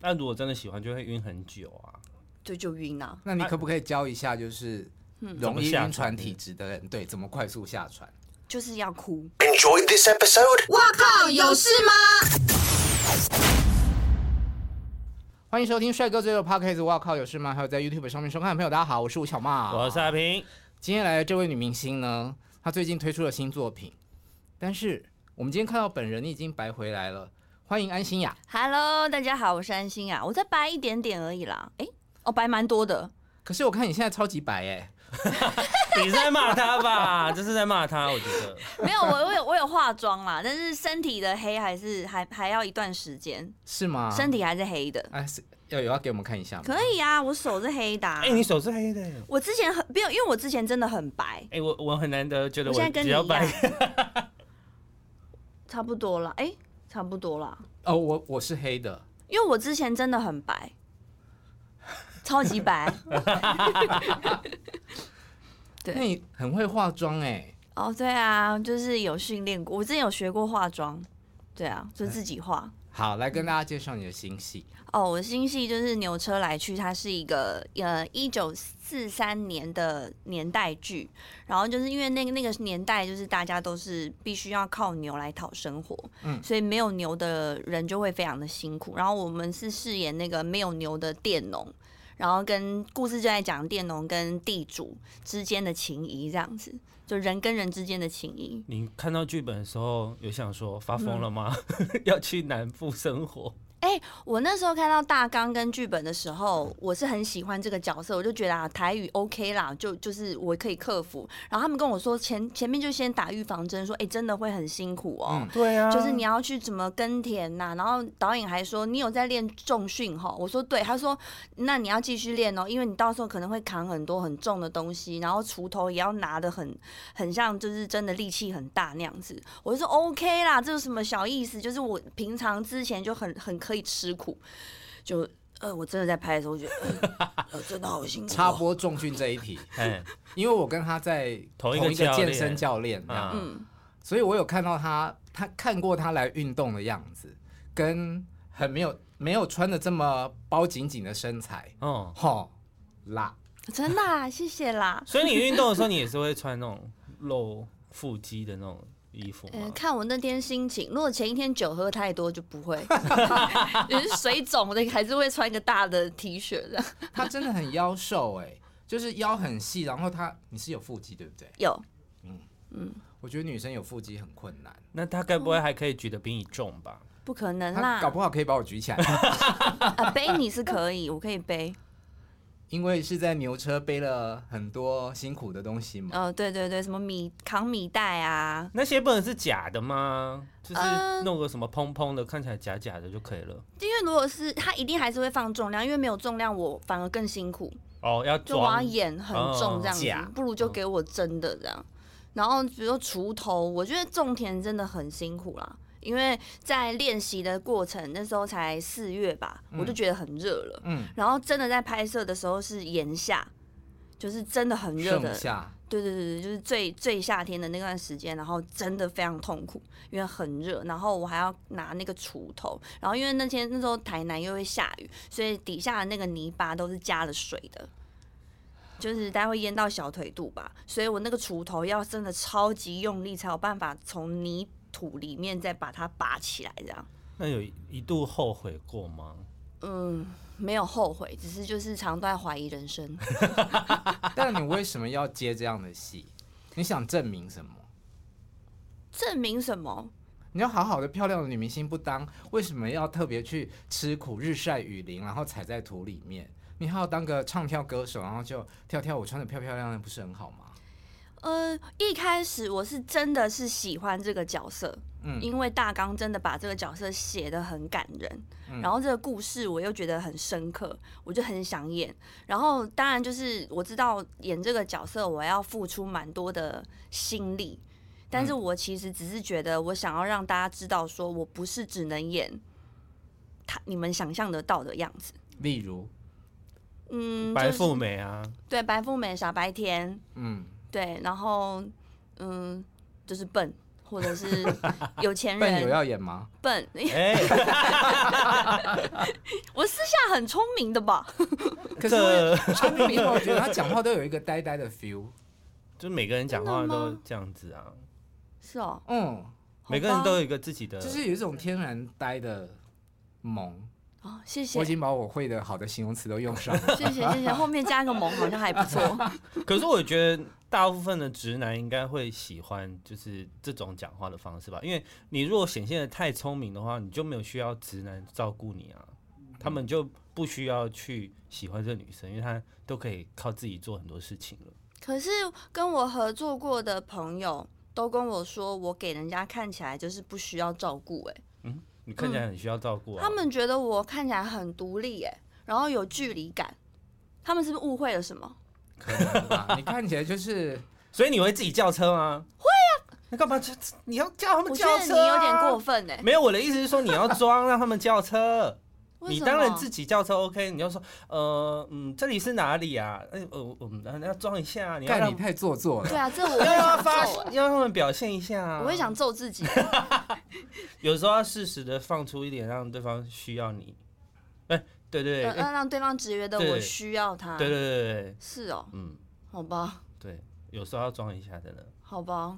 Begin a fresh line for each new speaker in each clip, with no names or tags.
但如果真的喜欢，就会晕很久啊。
对，就晕啊。
那你可不可以教一下，就是容易
下
晕船
船
体质的人，对，怎么快速下船？
就是要哭。
Enjoyed this episode?
哇靠，有事吗？
欢迎收听《帅哥最有 Podcast》，哇靠，有事吗？还有在 YouTube 上面收看的朋友，大家好，我是吴小骂。
我是阿平，
今天来的这位女明星呢，她最近推出了新作品，但是我们今天看到本人已经白回来了，欢迎安心雅。
Hello，大家好，我是安心啊，我再白一点点而已啦。诶，哦，白蛮多 的，
可是我看你现在超级白哎、
你在骂他吧？ 这是在骂他，我觉得。
没有，我我有我有化妆啦，但是身体的黑还是还还要一段时间，
是吗？
啊
身体还是黑的。
哎，是要有要给我们看一下吗？
可以啊，我手是黑的、啊。
哎、你手是黑的耶。
我之前很没有，因为我之前真的很白，
哎、我我很难得觉得
我现在跟
比
你一
较
样
白。
差不多啦，哎、差不多啦，
哦，我我是黑的，
因为我之前真的很白，超级白。对
那你很会化妆哎、
哦，对啊，就是有训练过，我之前有学过化妆，对啊，就自己化。
好，来跟大家介绍你的新戏。
哦，我新戏就是《牛车来去》，它是一个呃一九四三年的年代剧，然后就是因为那个那个年代，就是大家都是必须要靠牛来讨生活，
嗯
所以没有牛的人就会非常的辛苦。然后我们是饰演那个没有牛的佃农，然后跟故事就在讲佃农跟地主之间的情谊，这样子，就人跟人之间的情谊。
你看到剧本的时候，有想说发疯了吗？ 要去南部生活？
我那时候看到大纲跟剧本的时候，我是很喜欢这个角色，我就觉得啊，台语 OK 啦，就就是我可以克服。然后他们跟我说前前面就先打预防针，说哎、真的会很辛苦哦。
嗯
对啊
就是你要去怎么耕田呐、然后导演还说你有在练重训哈，我说对，他说那你要继续练哦，因为你到时候可能会扛很多很重的东西，然后锄头也要拿的很很像就是真的力气很大那样子。我就说 OK 啦，这有什么小意思？就是我平常之前就很很可以吃苦，就呃我真的在拍的时候我觉得、呃 呃真的好辛苦、
插
哦。
播重训这一题，
哎，
因为我跟他在
同一个
个
教练
健身教练，这样
啊，
嗯，
所以我有看到他，他看过他来运动的样子，跟很没有没有穿的这么包紧紧的身材，
哦，
吼辣。
真的、啊、谢谢啦。
所以你运动的时候，你也是会穿那种露腹肌的那种衣服
呃，
吗？
看我那天心情，如果前一天酒喝太多就不 会，就是水肿的还是会穿一个大的 T 恤的。
他真的很腰瘦哎、 就是腰很细，然后他你是有腹肌对不对？
有，
我觉得女生有腹肌很困难，
那他该不会还可以举得比你重吧？
不可能
他搞
啦，
不好可以把我举起来，
啊背你是可 以，我可以背。
因为是在牛车背了很多辛苦的东西嘛。
呃，对对对，什么米扛米袋啊，
那些不能是假的吗？就是
嗯
弄个什么蓬蓬的，看起来假假的就可以了。
因为如果是他一定还是会放重量，因为没有重量我反而更辛苦，
哦，要
就我要
装
演很重这样
哦假
子，不如就给我真的这样。然后比如说锄头，我觉得种田真的很辛苦啦。因为在练习的过程，那时候才四月吧，我就觉得很热了。
嗯，
然后真的在拍摄的时候是炎夏，就是真的很热
剩
的，
下
对对对对，就是最最夏天的那段时间，然后真的非常痛苦，因为很热，然后我还要拿那个锄头，然后因为那天那时候台南又会下雨，所以底下的那个泥巴都是加了水的。就是大概会淹到小腿肚吧，所以我那个锄头要真的超级用力才有办法从泥土里面再把它拔起来，这样。
那有一度后悔过吗？
嗯，没有后悔，只是就是常都在怀疑人生。
但你为什么要接这样的戏？你想证明什么？
证明什么？
你要好好的漂亮的女明星不当，为什么要特别去吃苦日晒雨淋，然后踩在土里面？你还要当个唱跳歌手，然后就跳跳舞，穿的漂漂亮亮，不是很好吗？
呃，一开始我是真的是喜欢这个角色，
嗯
因为大纲真的把这个角色写得很感人，
嗯
然后这个故事我又觉得很深刻，我就很想演。然后当然就是我知道演这个角色我要付出蛮多的心力，但
嗯
是我其实只是觉得我想要让大家知道，说我不是只能演他你们想象得到的样子。
例如，
嗯，
白
就是
富美 啊，
对白富美傻白甜，
嗯，
对，然后嗯，就是笨或 者是有钱
笨有
人
要演吗？
笨。
哎、
我私下很聪明的吧？
可是我
这
也聪明以后，我觉得他讲话都有一个呆呆的 feel。
就每个人讲
真
话
的吗
都这样子啊，
是哦，
嗯，
好
每个人
吧
都有一个自己的，
呃就是有一种天然呆的萌。
哦，谢谢
我已，经把我会的好的形容词都用上 了。
谢谢，谢谢。后面加一个萌好像还不错。
可是我觉得大部分的直男应该会喜欢就是这种讲话的方式吧，因为你如果显现的太聪明的话，你就没有需要直男照顾你啊，他
嗯
们就不需要去喜欢这个女生，因为她都可以靠自己做很多事情了。
可是跟我合作过的朋友都跟我说，我给人家看起来就是不需要照顾、欸，
你看起来很需要照顾啊，
他们觉得我看起来很独立、欸，然后有距离感。他们是不是误会了什么？
可能吧， 你看起来就是
所以你会自己叫车吗？会啊，那干嘛叫？你要叫他们
我
叫
觉得你
车、啊
有点过。分哎、
没有，我的意思是说你要装让他们叫车，
为
你
什
当然
么
自己叫车 OK，你要说呃嗯这里是哪里啊？哎呃我们要装一下，啊你要
干
让
你太做作
对
了。
啊，这我 会
要让他
想揍
发
哎、，
要让他们表现一下、啊。
我会想揍自己。
有时候要适时的放出一点，让对方需要你。哎、对对对，
让
哎
嗯让对方觉得我
对
需要他。
对对对对对，
是哦，
嗯，
好吧，
对，有时候要装一下，真的。
好吧，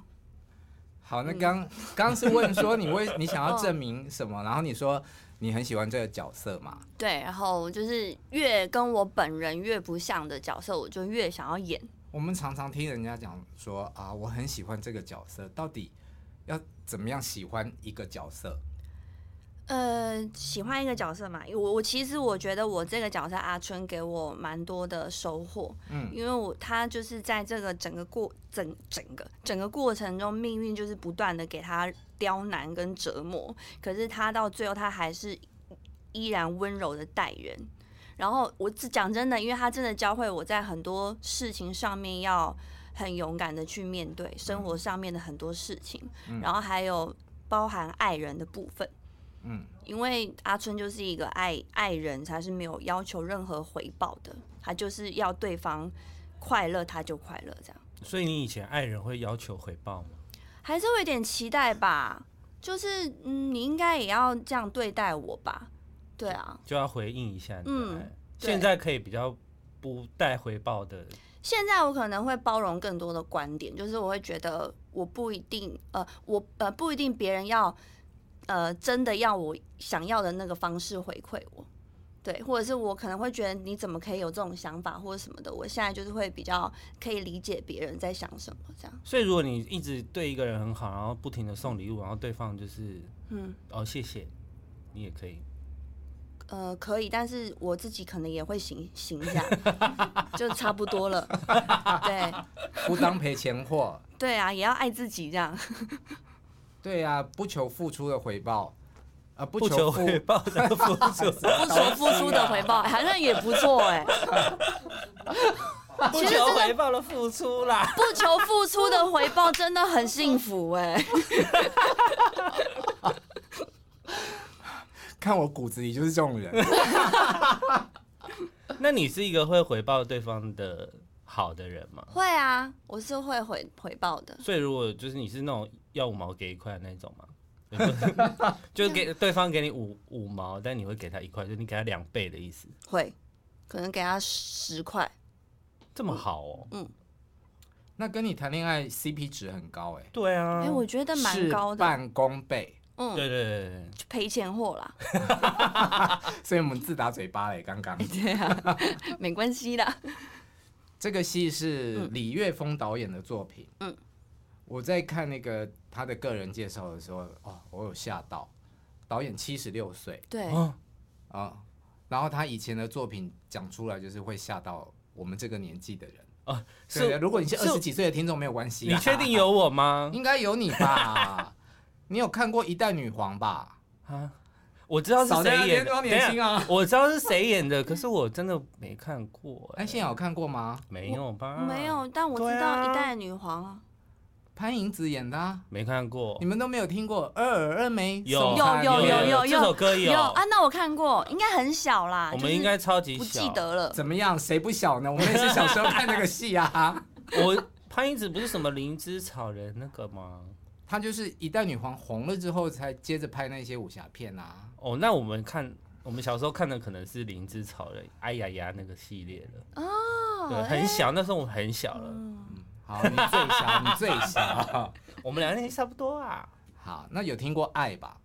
好，那
嗯
刚刚是问说你为你想要 证明什么，然后你说你很喜欢这个角色嘛？
对。然后就是越跟我本人越不像的角色，我就越想要演。
我们常常听人家讲说啊，我很喜欢这个角色，到底要怎么样喜欢一个角色？
呃，喜欢一个角色嘛，我我其实我觉得我这个角色阿春给我蛮多的收获，
嗯
因为我他就是在这个整个过整整个整个过程中，命运就是不断的给他刁难跟折磨，可是他到最后他还是依然温柔的待人。然后我只讲真的，因为他真的教会我在很多事情上面要很勇敢的去面对生活上面的很多事情，
嗯
然后还有包含爱人的部分。
嗯，
因为阿春就是一个爱爱人，他是没有要求任何回报的，他就是要对方快乐，他就快乐，这样
所以你以前爱人会要求回报吗？
还是会有点期待吧。就是嗯，你应该也要这样对待我吧？对啊，
就要回应一下你的
嗯
爱。
对
现在可以比较不带回报的，
现在我可能会包容更多的观点，就是我会觉得我不一定呃，我呃不一定别人要呃真的要我想要的那个方式回馈我，对，或者是我可能会觉得你怎么可以有这种想法或者什么的，我现在就是会比较可以理解别人在想什么这样，
所以如果你一直对一个人很好，然后不停的送礼物，然后对方就是
嗯
哦谢谢，你也可以。
呃可以，但是我自己可能也会行行一 下，就差不多了，对
不当赔 钱货。
对啊，也要爱自己这样，
对呀、不求付出的回报，啊，不
不
求
求
付
回报的付出，
不求付出的回报，好像也不错哎、
不求回报的付出啦。
不求付出的回报真的很幸福哎、
看我骨子里就是这种人。
那你是一个会回报对方的好的人吗？
会啊，我是会回回报的。
所以如果就是你是那种要五毛给一块的那种吗？ 就给对方给你五五毛，但你会给他一块，就你给他两倍的意思，
会，可能给他十块。
这么好哦？
那跟你谈恋爱 CP 值很高哎、
对啊，
哎、我觉得
欸，
蛮高
事
的，
半功倍，
嗯，
对对对对
就赔钱货啦，
所以我们自打嘴巴嘞。刚 刚
对啊， 没关系啦。
这个戏
嗯
是李岳峰导演的作品，
嗯，
我在看那个他的个人介绍的时候，哦，我有吓到，导演七十六岁
对
对，，哦，
啊，嗯然后他以前的作品讲出来就是会吓到我们这个年纪的人
哦
对对
是
如果你是二
是
十几岁的听众没有关系
你
啦，
确定有我吗？
嗯
应该有你吧？你有看过《一代女皇》吧？
啊，我知道是
少在那
谁演
边
的，
装
等一
年
下
轻啊！
我知道是谁演的，可是我真的没看过、
哎，
哎，
现在有看过吗？
没有吧？
没，有，但我知
对
道
啊
一代女皇啊，
潘迎紫演的、啊，
没看过
你。们都没有听过《二耳二梅》
有
送他
有
女
有
儿
有
啊哦这首歌
有啊，那我看过，应该很小啦，
我
啊就
们
是
应该超级
不
小。
记得了。
怎么样？谁不小呢？我们也是 小时候看那个戏啊。
我潘英子不是什么灵芝草人那个吗？
她就是一代女皇红了之后，才接着拍那些武侠片啊。
哦，那我们看我们小时候看的可能是《灵芝草人》《哎呀呀》那个系列的哦，对，
哎
很小，那时候我们很小了，
嗯
好，你最小，你最小。
我们两个年纪差不多啊。
好，那有听过《爱》吧？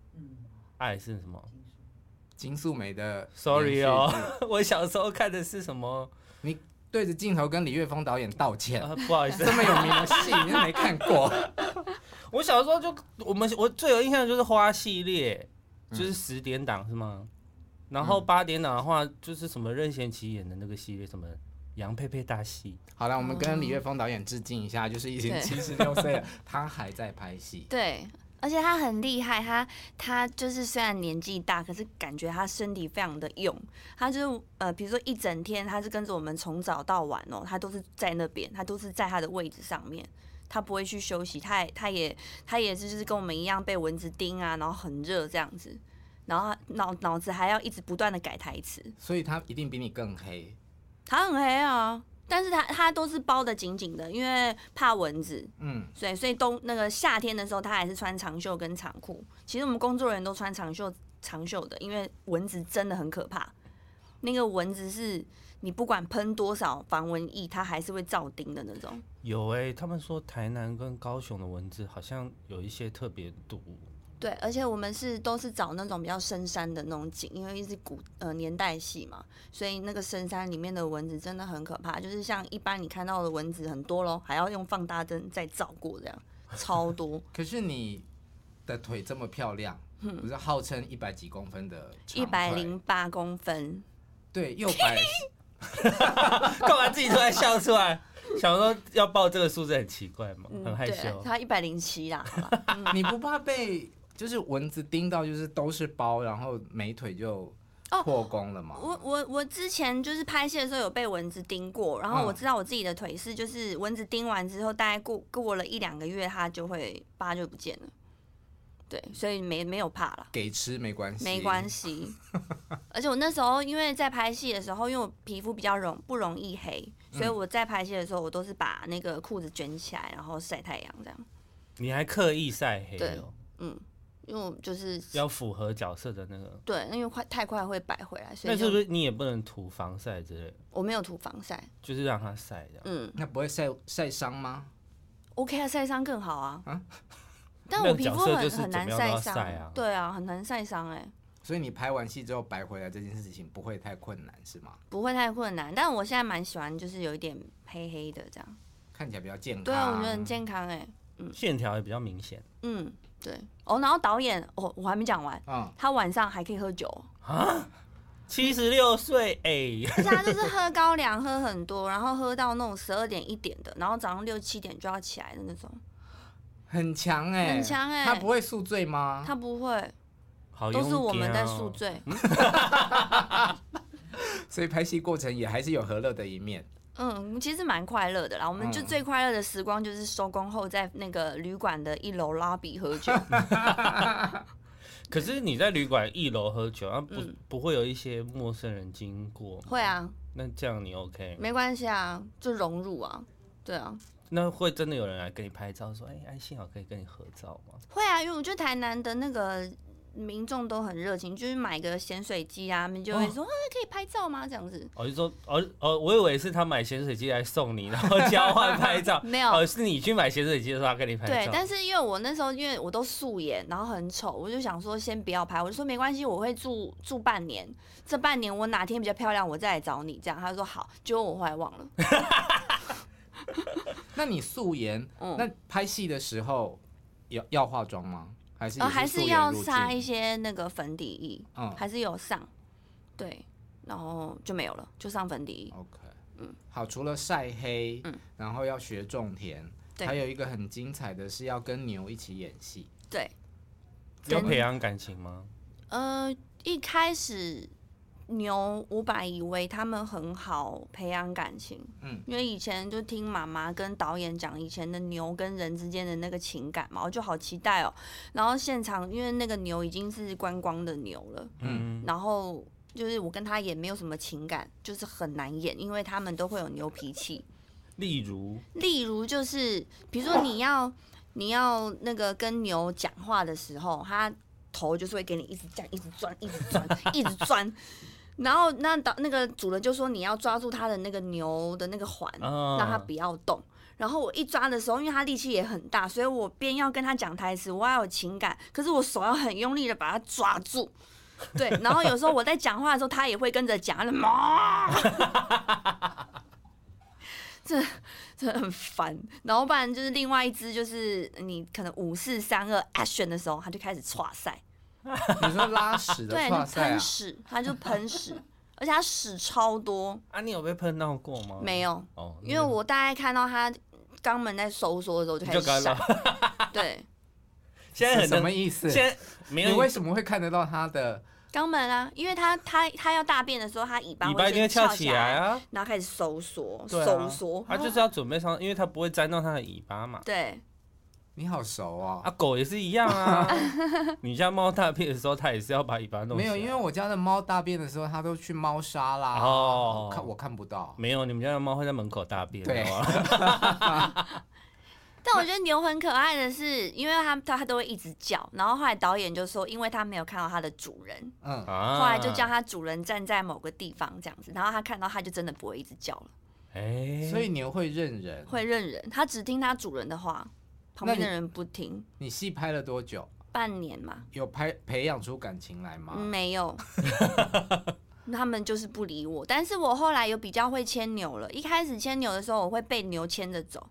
爱是什么
金素梅的。
？Sorry 哦，，我小时候看的是什么？
你对着镜头跟李岳峰导演道歉。
啊，不好意思，
这么有名的戏，你都没看过？
我小时候就我们我最有印象的就是花系列，就是十点档是吗？然后八点档的话，就是什么任贤齐演的那个系列，什么杨佩佩大戏，
好了，我们跟李岳峰导演致敬一下，就是已经
对
七十六岁了，他还在拍戏。
对，而且他很厉害，他他就是虽然年纪大，可是感觉他身体非常的勇。他就是呃，比如说一整天，他是跟着我们从早到晚哦，他都是在那边，他都是在他的位置上面。他不会去休息，他也他也他也是就是跟我们一样被蚊子叮啊，然后很热这样子，然后他脑脑子还要一直不断的改台词，
所以他一定比你更黑。
他很黑啊，但是他他都是包的紧紧的，因为怕蚊子，
嗯，
所以所以冬那个夏天的时候，他还是穿长袖跟长裤。其实我们工作人员都穿长袖长袖的，因为蚊子真的很可怕。那个蚊子是你不管喷多少防蚊液，它还是会照叮的那种。
有哎、他们说台南跟高雄的蚊子好像有一些特别毒，
对，而且我们是都是找那种比较深山的那种景，因为是古呃年代戏嘛，所以那个深山里面的蚊子真的很可怕，就是像一般你看到的蚊子很多咯，还要用放大灯再照过这样，超 多
可是你的腿这么漂亮，不是号称一百几公分的
一
长
百
腿
零八公分。
对又白
干嘛自己突然笑出来？想说要报这个数字很奇怪嘛，
嗯，
很害
对，
羞。
他一百零七啦，好 吧
你不怕被就是蚊子叮到，就是都是包，然后美腿就
哦
破功了吗？
我我我之前就是拍戏的时候有被蚊子叮过，然后我
嗯
知道我自己的腿是就是蚊子叮完之后，大概过过了一两个月，它就会疤就不见了。对，所以没没有怕啦，
给吃没关系，
没关
系。
系。而且我那时候因为在拍戏的时候，因为我皮肤比较容不容易黑，所以
嗯
我在拍戏的时候，我都是把那个裤子卷起来，然后晒太阳这样。
你还刻意晒黑
对
哦，
嗯，因为我就是
要符合角色的那个。
对，因为快太快会摆回来，所
那
以
是不
就是
你也不能涂防晒之类的，
我没有涂防晒。
就是让它晒这样？
嗯，
那不会晒晒伤吗？
OK 啊，晒伤更好啊。
啊
但
那
我
个
皮
角
肤
色
很
就是
很
怎
难
么样都要
伤，
晒啊
对啊，很难晒伤哎，
所以你拍完戏之后白回来这件事情不会太困难是吗？
不会太困难。但我现在蛮喜欢，就是有一点黑黑的这样。
看起来比较健康。
对啊，我觉得很健康哎。
线条也比较明显
嗯，对。哦，然后导演，我、我还没讲完，
嗯，
他晚上还可以喝 酒，
啊。七十六岁哎，
而且他啊就是喝高粱喝很多，然后喝到那种十二点一点的，然后早上六七点就要起来的那种。
很强哎、
很强欸
他不会宿醉吗？
他不会，
好
都是
勇
我们在
敢哦
宿。醉。
所以拍戏过程也还是有和乐的一面。
嗯，其实蛮快乐的啦。我们就
嗯
最快乐的时光就是收工后在那个旅馆的一楼 lobby 喝 酒。
可是你在旅馆一楼喝酒，啊不
嗯
不会有一些陌生人经过？
会。啊，
那这样你 OK？
没关系啊，就融入啊，对啊，
那会真的有人来跟你拍照说，哎、安心好可以跟你合照吗？
会啊，因为我觉得台南的那个民众都很热情，就是买个咸水鸡啊，他们就会说、啊可以拍照吗？这样子。。
我就说，哦哦，我以为是他买咸水鸡来送你，然后交换拍照
没有
哦，是你去买咸水鸡的时候他跟你拍照。
对，但是因为我那时候因为我都素颜，然后很丑，我就想说先不要拍，我就说没关系，我会住住半年，这半年我哪天比较漂亮，我再来找你这样。他就说好，结果我后来忘了，
哎那你素颜，
嗯
那拍戏的时候要要化妆吗？还是也
呃，还
素
是
颜
要
入
撒
镜
一些那个粉底液，
嗯
还是有上，对，然后就没有了，就上粉底液。
OK，嗯，好，除了晒黑，然后要学种田，
嗯对
还有一个很精彩的是要跟牛一起演戏。
对，
有培养感情吗？
呃，一开始牛五百以为他们很好培养感情，
嗯，
因为以前就听妈妈跟导演讲以前的牛跟人之间的那个情感嘛，我就好期待哦。然后现场因为那个牛已经是观光的牛了，
嗯，
然后就是我跟他也没有什么情感，就是很难演，因为他们都会有牛脾气。
例如
例如就是，比如说你要你要那个跟牛讲话的时候，它头就是会给你一直这样一直转，一直转，一直转。然后那导那个主人就说你要抓住它的那个牛的那个环，
啊
让它不要动。然后我一抓的时候，因为它力气也很大，所以我边要跟它讲台词，我要有情感，可是我手要很用力的把它抓住。对，然后有时候我在讲话的时候，它也会跟着讲，它就妈，这这很烦。然后不然就是另外一只，就是你可能五四三二 action 的时候，它就开始唰塞，
你说拉屎 的
对，就
话塞
喷
啊？
屎，它就喷 屎，而且它屎超多。
啊，你有被碰到过吗？
没有，
哦，
因为我大概看到他肛门在收缩的时候，我就
你
开始
就刚
闪
刚。
对，
现在
是
很
什
能
么意思？
现在没
你
有
为什么会看得到他的？
肛门啊，因为他他他要大便的时候，他尾巴
尾巴一定会
会
翘
翘
起来
来，哦
啊，
然后开始收缩，
对啊
收缩。
它就是要准备上，因为它不会沾到它的尾巴嘛。
对，
你好熟哦。
啊，狗也是一样 啊。你家猫大便的时候，它也是要把尾巴弄起来。
没有，因为我家的猫大便的时候，它都去猫砂啦。
哦
看我看不到。
没有，你们家的猫会在门口大便，
对
好 吧
但我觉得牛很可爱的是，因为它它它都会一直叫，然后后来导演就说，因为它没有看到它的主人，
嗯，
啊
后来就叫它主人站在某个地方这样子，然后它看到它就真的不会一直叫了，
哎，
所以牛会认人。
会认人，它只听它主人的话，旁
那
边的
你
人不听，
你戏拍了多久？
半年嘛。
有拍培养出感情来吗？
没有，他们就是不理我。但是我后来有比较会牵牛了，一开始牵牛的时候，我会被牛牵着走，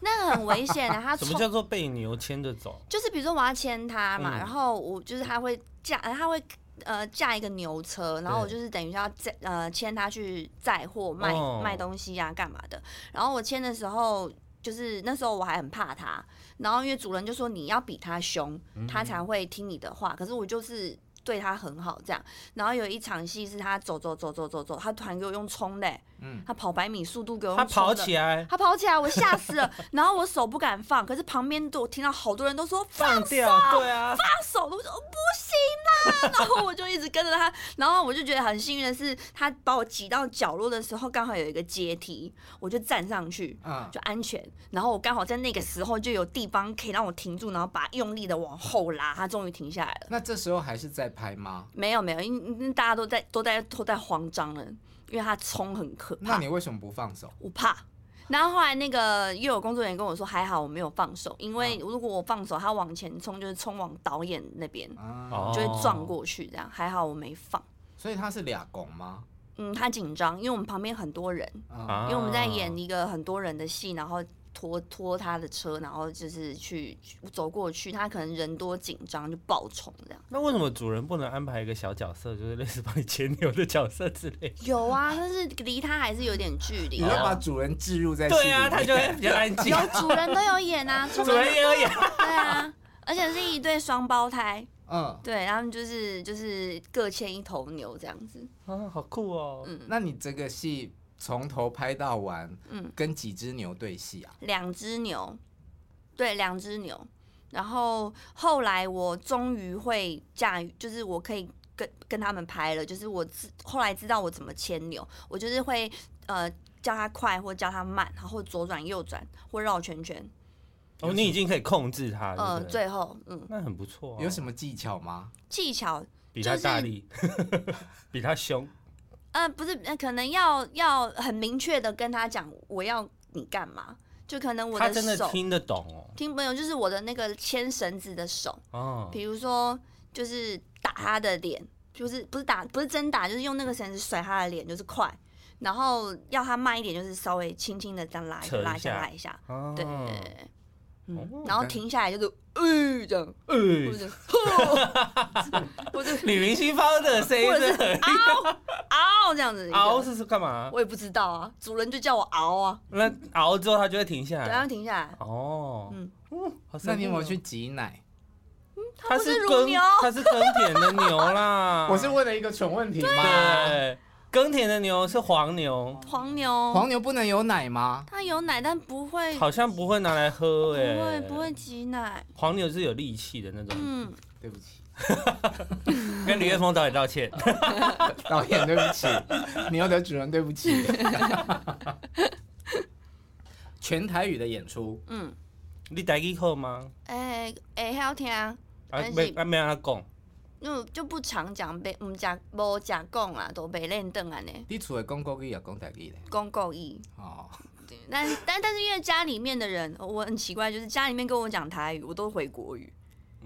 那很危险啊！它
什么
冲
叫做被牛牵着走？
就是比如说我要牵它嘛，
嗯
然后我就是它会驾，呃它会。呃，驾一个牛车，然后我
对
就是等于要载呃牵它去载货卖、
哦
卖东西啊，干嘛的。然后我牵的时候，就是那时候我还很怕它，然后因为主人就说你要比它凶，
嗯
它才会听你的话。可是我就是对它很好这样。然后有一场戏是它走走走走走走，它突然给我用冲的、欸
嗯，
它跑百米速度给我用
它跑
冲的
起来，
他跑起来，我吓死了。然后我手不敢放，可是旁边都我听到好多人都说放
放掉，对啊，
放手了，我说哦不行啦、然后我就一直跟着他，然后我就觉得很幸运的是，他把我挤到角落的时候，刚好有一个阶梯，我就站上去。
嗯，
就安全，然后我刚好在那个时候就有地方可以让我停住，然后把用力的往后拉，他终于停下来了。
那这时候还是在拍吗？
没有没有，因因因大家都在都在都在慌张了，因为他冲很可怕。
那你为什么不放手？
我怕。然后后来那个又有工作人员跟我说，还好我没有放手，因为如果我放手，他往前冲就是冲往导演那边，
啊、
哦
就会撞过去，这样还好我没放。
所以他是俩拱吗？
嗯，他紧张，因为我们旁边很多人，
啊，
啊
因为我们在演一个很多人的戏，然后拖拖他的车，然后就是去走过去，他可能人多紧张就爆冲这样。
那为什么主人不能安排一个小角色，就是类似帮你牵牛的角色之类 的？
有啊，但是离他还是有点距离
你要把
啊。
主人置入在戏里
对啊，它就会比较安静
有。主人都有演啊，主
主人也 有演，
对啊，而且是一对双胞胎。
嗯，
对，他们就是就是各牵一头牛这样子。
啊，好酷哦！
嗯，
那你这个戏从头拍到完，
嗯
跟几只牛对戏啊？
两只牛，对，两只牛。然后后来我终于会驾驭，就是我可以跟跟他们拍了，就是我知后来知道我怎么牵牛，我就是会呃叫它快或叫它慢，然后左转右转或绕圈圈。
哦，你已经可以控制它，对
呃，
不对，
最后嗯
那很不错啊。
有什么技巧吗？
技巧
比它
就是
大力， 比它凶？
呃，不是，呃可能要要很明确的跟他讲我要你干嘛，就可能我
它
的
真的
手
听得懂哦。
听朋友就是我的那个牵绳子的手，
哦，
比如说就是打他的脸，就是不是打不是真打，就是用那个绳子甩他的脸，就是快，然后要他慢一点，就是稍微轻轻的这样拉一下
扯一
拉一下
下
拉一下，
哦
对对对，对嗯
哦，
然后停下来就是呃这样，或
呃，
者或者
女明星发的声音
或者
是
是啊
很
嗷�z 这样子一个
嗷，这是干嘛？
我也不知道啊，主人就叫我嗷啊，
那嗷之后它就会停下
等他
来。
停下来，
哦，
啊嗯
嗯，好
那
神
你有没有
秘哦
去挤奶？
它
不是乳
耕
牛
它是耕田的牛啦。
我是问了一个蠢问题吗？
嗯对，啊耕田的牛是黄牛，
黄牛，
黄牛不能有奶吗？
它有奶但不会
好像不会拿来喝
不
哎、
会不会挤奶，
黄牛是有力气的那种，
嗯。
对不起，
跟李岳峰导演道歉。
导演对不起，牛的主人对不起。全台语的演出，
嗯，
你台语好吗？
哎、会晓听，
啊
但，是
没啊没安讲，
嗯，就不常讲，袂毋食无食讲啊，都袂认得安尼，
你除了讲国语也讲台语嘞，
讲国语。
哦，
对但但但是因为家里面的人，我很奇怪，就是家里面跟我讲台语，我都回国语。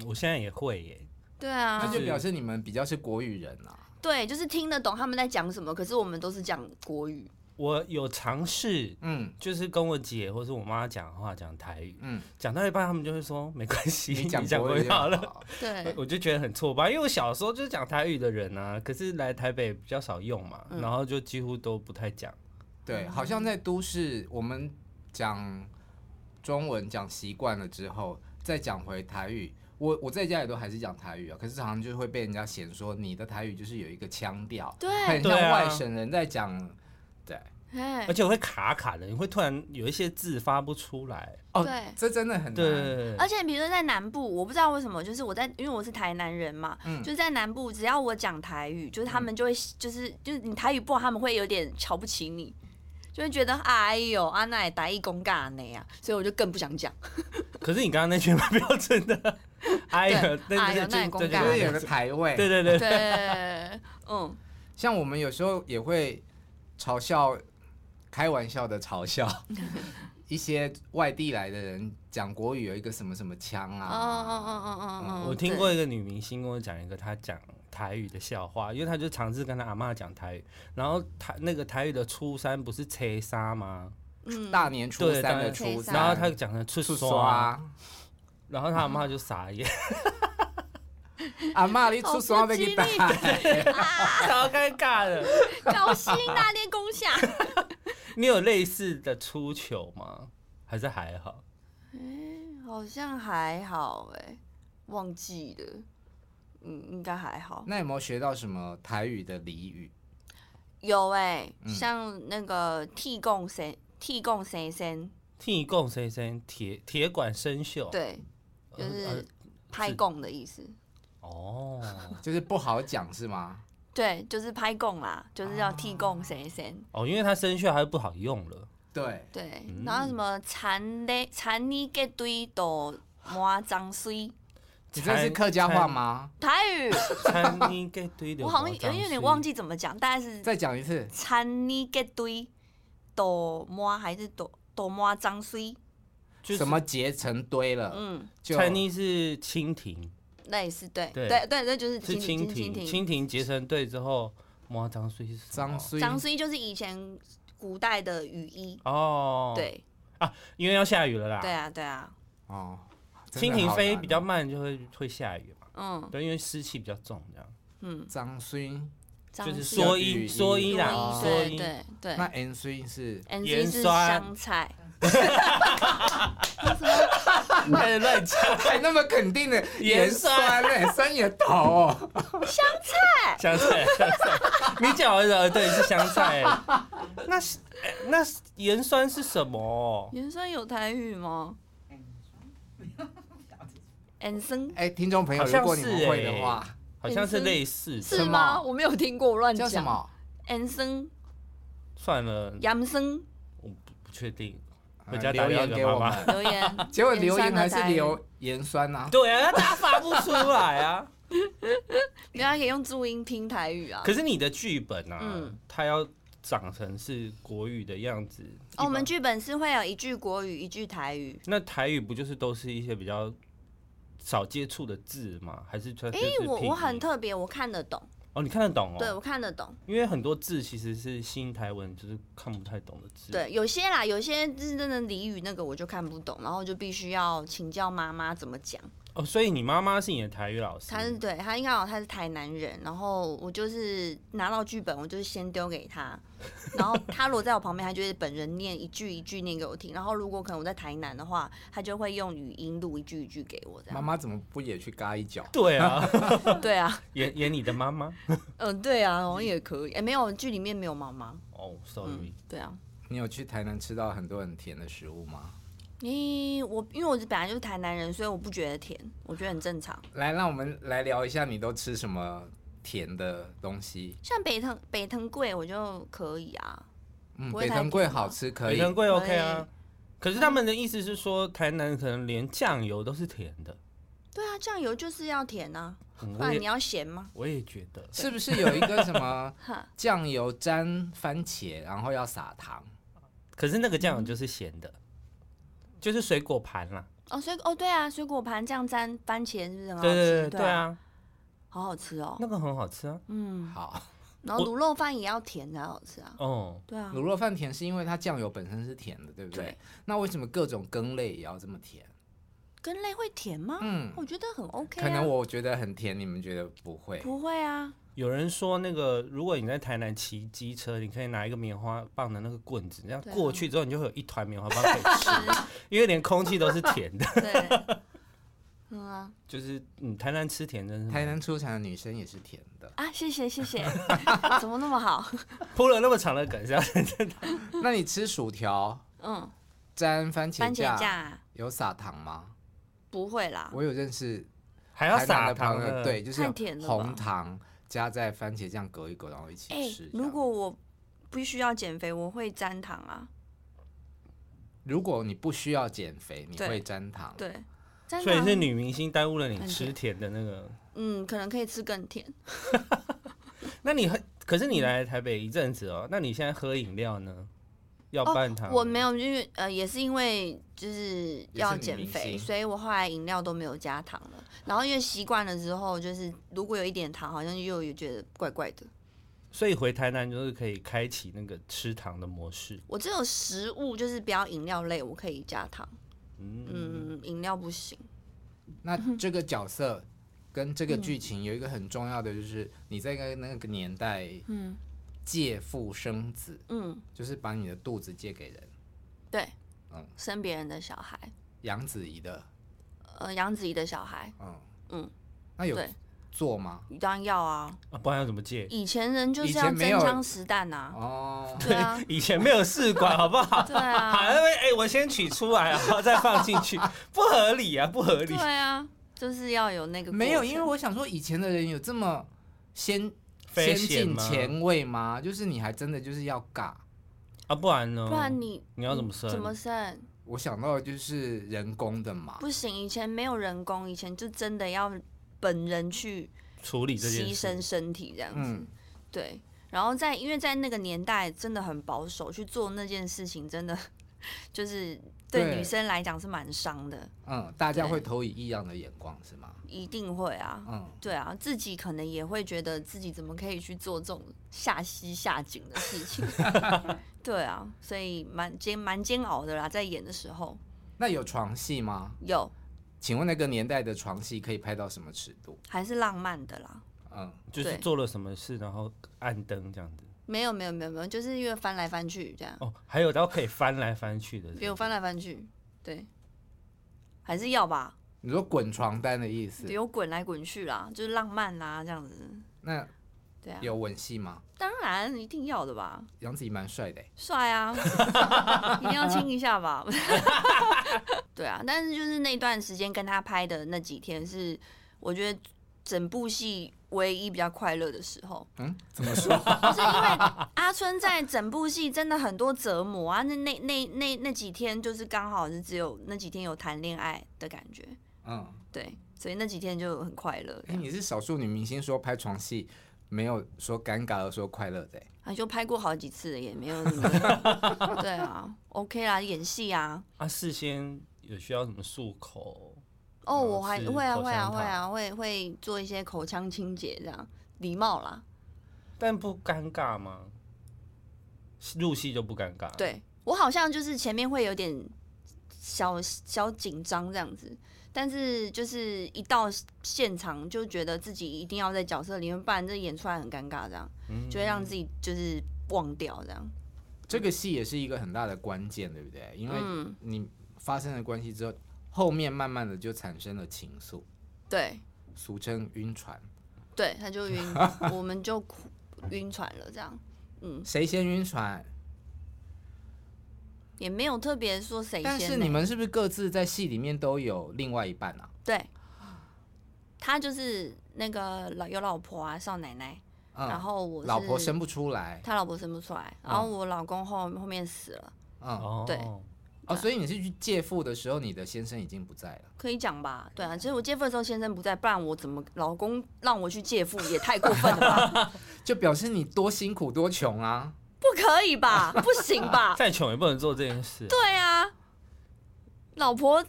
我现在也会耶。
对
那
啊
就，表示你们比较是国语人啊。
对，就是听得懂他们在讲什么，可是我们都是讲国语。
我有尝试，
嗯，
就是跟我姐或是我妈讲话讲台语，
嗯，
讲到一半他们就会说没关系，
你讲
讲
国
国语
语
好
好
了。
了。
对，
我就觉得很挫败，因为我小时候就是讲台语的人啊，可是来台北比较少用嘛，
嗯
然后就几乎都不太讲。
对，好像在都市，我们讲中文讲习惯了之后，再讲回台语。我我在家里都还是讲台语啊，可是常常就会被人家嫌说你的台语就是有一个腔调，
对，
很像
对啊
外省人在讲。对，
哎
而，且我会卡卡的，你会突然有一些字发不出来。
哦
对，
这真的很难。
对，
而且比如说在南部，我不知道为什么，就是我在，因为我是台南人嘛，
嗯
就是在南部，只要我讲台语，就是他们就会，就是就是你台语不好，他们会有点瞧不起你，就会觉得哎呦，阿奶台语公尬那啊，所以我就更不想讲。
可是你刚刚那句蛮标准的，哎
对
呀，那那
哎呦那也
就
公
对
就
干
是
对
有个台位。
对对对，
对，嗯，
像我们有时候也会嘲笑，开玩笑的 嘲笑一些外地来的人讲国语有一个什么什么腔
哦哦
啊。
哦哦哦哦，
我听过一个女明星跟我讲一个她讲台语的笑话，因为她就尝试跟她阿嬷讲台语，然后台那个台语的初三不是车沙吗？
嗯，
大年初
对
三
大
的
年
初
初三
三，
然后她讲成出
出
刷，
刷，
然后她阿嬷就傻 眼，
阿妈你出刷
好哦
被
不
你
吉
打，
利啊，
超尴尬的。
高薪大练功下。
你有类似的出糗吗？还是还好？
好像还好哎、忘记了，嗯，应该还好。
那有没有学到什么台语的俚语？
有哎、
嗯
像那个替供谁，替供谁先，
替供谁先铁铁管生锈？
对，就
呃呃
是拍供的意思。
哦，
就是不好讲是吗？
对，就是拍供啦，就是要替供谁先。
哦，因为它生锈，它就不好用了。
对，
对
嗯，
然后什么残嘞残泥给堆都满脏水。
你这是客家话吗？
台 语，
餐厅给堆的，
我好像有有点忘。记怎么讲，大概是
再讲一次，
残泥给堆都满还是都都满脏水？
就是
什么结成堆了？
嗯。
就
餐厅是蜻蜓，
类似对
对
对对，那就是
是
蜻
蜻
蜓
蜓，
蜻
蜻蜓结成队之后，摸脏水是什么
张虽
蜓。长孙就是以前古代的雨衣，
哦，，
对
因为要下雨了啦。
对啊对啊，
哦，真的
蜻蜓
好
飞
难
比较
哦
慢，就会会下雨嘛。
嗯
对，因为湿气比较重，这样
嗯，
张虽。
长
就是
孙
缩
雨
阴，
衣
缩
多
阴
衣
啦，
哦
缩
对
阴。
对对
那 N C 是
，N
盐
C 是
酸
香菜，
开始哎乱讲，
还那么肯定的
盐
盐酸嘞、酸也头、哦，
香菜，香菜你讲完了，对，是香菜。那是哎那是盐酸是什么？哦
盐酸有台语吗？N 生
哎、听众朋友，
好像
如果你
是
们会的
哎
话，
好像是类似的。
是吗？我没有听过，我乱
叫什
讲。
么？
N 生
算了，
杨生
我不不确定。
呃
回家打电话
留言
给
给
妈
我
妈。
们。，
留言
结果
盐
留言
酸的
还是
台语
留盐酸啊，
对啊，他发不出来啊。
没有，他可以用注音拼台语啊。
可是你的剧本啊，
嗯
它要长成是国语的样子。
哦，我
一
们
般
剧本是会有一句国语，一句台语。
那台语不就是都是一些比较少接触的字吗？还是它就
哎、
是
我
拼
我很
音
特别，我看得懂，
哦，你看得懂哦？
对我看得懂，
因为很多字其实是新台文，就是看不太懂的字。，
对有些啦，有些是真的俚语那个我就看不懂，然后就必须要请教妈妈怎么讲。
哦，所以你妈妈是你的台语老师，
她是对她应该好，她是台南人，然后我就是拿到剧本，我就是先丢给她，然 后她如果在我旁边，她就会本人念一句一句念给我听，然后如果可能我在台南的话，她就会用语音录一句一句给我这
妈
样。
妈怎么不也去嘎一脚？
对啊，
对啊，
演演你的妈妈。
嗯、对啊，好像也可以。哎、没有剧里面没有妈妈，
哦
嗯
，sorry，、，
对啊。
你有去台南吃到很多很甜的食物吗？
咦、我因为我本来就是台南人，所以我不觉得甜，我觉得很正常。
来，让我们来聊一下，你都吃什么甜的东西？
像北藤北藤贵，我就可以啊。
嗯，
不
北
会太
藤贵
甜吗
好吃，可
北
以。
哎
藤贵 OK 啊，可是他们的意思是说，台南可能连酱油都是甜的。
对啊，酱油就是要甜啊，
嗯
不
我
然你
也
要咸吗？
我也觉得
是不是有一个什么
哈，
酱油沾番茄，然后要撒糖？
可是那个
嗯
酱油就是咸的，就是水果盘啦。
哦，水哦，对啊，水果盘这样沾番茄是不是很好
对
吃？
对对
对
对，啊，
好好吃哦。
那个很好吃啊。
嗯，
好，
然后
我
卤肉饭也要甜才好吃啊。
哦，
对啊
卤，肉饭甜是因为它酱油本身是甜的，对不对？
对
那为什么各种羹类也要这么甜？
跟类会甜吗？
嗯，
我觉得很 OK 啊。
可能我觉得很甜，你们觉得不会？
不会啊，
有人说那个，如果你在台南骑机车，你可以拿一个棉花棒的那个棍子，这样
对啊
过去之后，你就会有一团棉花棒可以 吃，因为连空气都是甜的。
对，嗯啊
就是嗯，台南吃甜真是
台南出产的女生也是甜的。
啊，谢谢谢谢，怎么那么好？
铺了那么长的梗是要
那你吃薯条
嗯，
沾番茄
番茄
酱
酱啊
有撒糖吗？
不会啦，
我有认识
还要
台南
撒
的
糖
朋友，
的
对，就是
太甜了吧
红糖加在番茄酱隔一隔，然后一起
哎、
吃这样。
如果我必须要减肥，我会沾糖啊，
如果你不需要减肥，你
对
会沾糖。
对，沾糖。
所以是女明星耽误了你
很
吃
甜
甜的那个。
嗯，可能可以吃更甜。
那你喝，可是
嗯
你来台北一阵子哦，那你现在喝饮料呢？要
哦
半糖、，
我没有，因为呃，也是因为就是要减
也是女
肥，
明星
所以我后来饮料都没有加糖了。然后因为习惯了之后，就是如果有一点糖，好像又有觉得怪怪的。
所以回台南就是可以开启那个吃糖的模式。
我只有食物，就是不要饮料类，我可以加糖。
嗯，
嗯，饮料不行。
那
嗯
这个角色跟这个剧情有一个很重要的，就是你在那个那个年代
嗯
借腹生子，
嗯，
就是把你的肚子借给人。
对，
嗯
生别人的小孩，
杨子怡的，
呃，杨子怡的小孩，
嗯
嗯，
那有
对
做吗？
当然要啊。
啊，不然要怎么戒？
以前人就
以
是
前
要
没
真
有
枪实弹呐、
哦，
对啊，
以前没有试管，好不 好？
对啊
好，因为哎，我先取出来，然后再放进 去，不合理啊，不合理
对。啊，就是要有那个
没有，
过程
因为我想说，以前的人有这么先
飞
先
险
进
吗
前卫吗？就是你还真的就是要尬。
啊，不然呢？
不然你
嗯你要怎么生
怎么生？
我想到的就是人工的嘛，
不行，以前没有人工，以前就真的要本人去
处理这件
牺牲
事。
身体这样子。
嗯，
对，然后在因为在那个年代真的很保守，去做那件事情真的 就是对
对
女生来讲是蛮伤的，
嗯，大家
对
会投以异样的眼光是吗？
一定会啊。
嗯，
对啊，自己可能也会觉得自己怎么可以去做这种下西下井的事 情，对啊，所以蛮煎蛮煎熬的啦，在演的时候
那有床戏吗？
有
请问那个年代的床戏可以拍到什么尺度？
还是浪漫的啦，
嗯，
就是
对
做了什么事，然后按灯这样子。
没有没有没有没有，就是因为翻来翻去这样，
哦，还有到可以翻来翻去的。
没有翻来翻去，对，还是要吧，
你说滚床单的意思？
有滚来滚去啦，就是浪漫啦这样子，
那
对啊，
有吻戏吗？
当然一定要的吧，
杨子怡蛮帅的欸，
帅啊， 一定要亲一下吧。 对啊，但是就是那段时间跟他拍的那几天是，我觉得整部戏唯一比较快乐的时候，
嗯，怎 么说？
就是因为阿春在整部戏真的很多折磨啊，那那那那那几天就是刚好是只有那几天有谈恋爱的感觉，
嗯，
对，所以那几天就很快乐这
哎，
样。
你是少数女明星说拍床戏没有说尴尬而说快乐的欸，
啊，就拍过好几次了，也没 有什么。对啊，OK 啦，演戏啊，
啊，事先有需要什么漱口？
哦，
后
我还
吃
会啊
口
会啊
香
会啊会会做一些口腔清洁这样，礼貌啦。
但不尴尬吗？入戏就不尴
啊
尬。，
对我好像就是前面会有点小小紧张这样子，但是就是一到现场就觉得自己一定要在角色里面，不然这演出来很尴尬这样，
嗯
就会让自己就是忘掉这样。
这个戏也是一个很大的关键，对不对？因为
嗯
你发生了关系之后，后面慢慢的就产生了情愫，
对
俗称晕船。
对，他就 晕，我们就哭晕船了这样。嗯，
谁先晕船？
也没有特别说谁先呢、
但是你们是不是各自在戏里面都有另外一半啊？
对，他就是那个老有老婆啊，少奶奶。
嗯，
然后我是
老婆生不出来，
他老婆生不出来，
嗯
然后我老公后后面死了，
嗯，
哦，
对
哦，所以你是去借腹的时候，你的先生已经不在了。
可以讲吧？对啊，其实我借腹的时候先生不在，不然我怎么老公让我去借腹也太过分了 吧？
就表示你多辛苦多穷啊！
不可以吧？不行吧？
再穷也不能做这件事啊、
对啊，老婆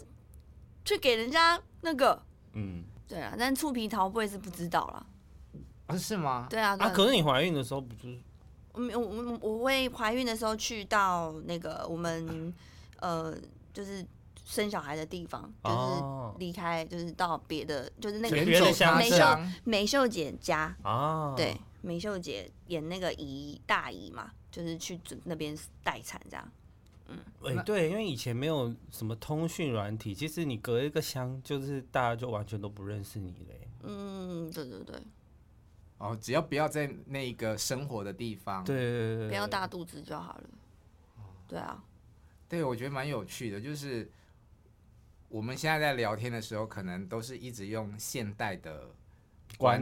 去给人家那个，
嗯
对啊，但醋皮桃我也是不知道啦。
啊，是吗？
对啊，对
啊，可是你怀孕的时候不就是
我们我我我会怀孕的时候去到那个我们呃就是生小孩的地方，就是
哦
离开，就是到别的，就是那个
原
远走
原
他
来
美
是
秀
乡，
美秀姐家，
啊，
对，美秀姐演那个姨大姨嘛，就是去准那边待产这样。
哎、
那
对，因为以前没有什么通讯软体，其实你隔一个乡，就是大家就完全都不认识你嘞。
嗯，对对对，
哦，只要不要在那一个生活的地方。
对对对对，
不要
对
大肚子就好了。对啊，
对，我觉得蛮有趣的，就是我们现在在聊天的时候，可能都是一直用现代的观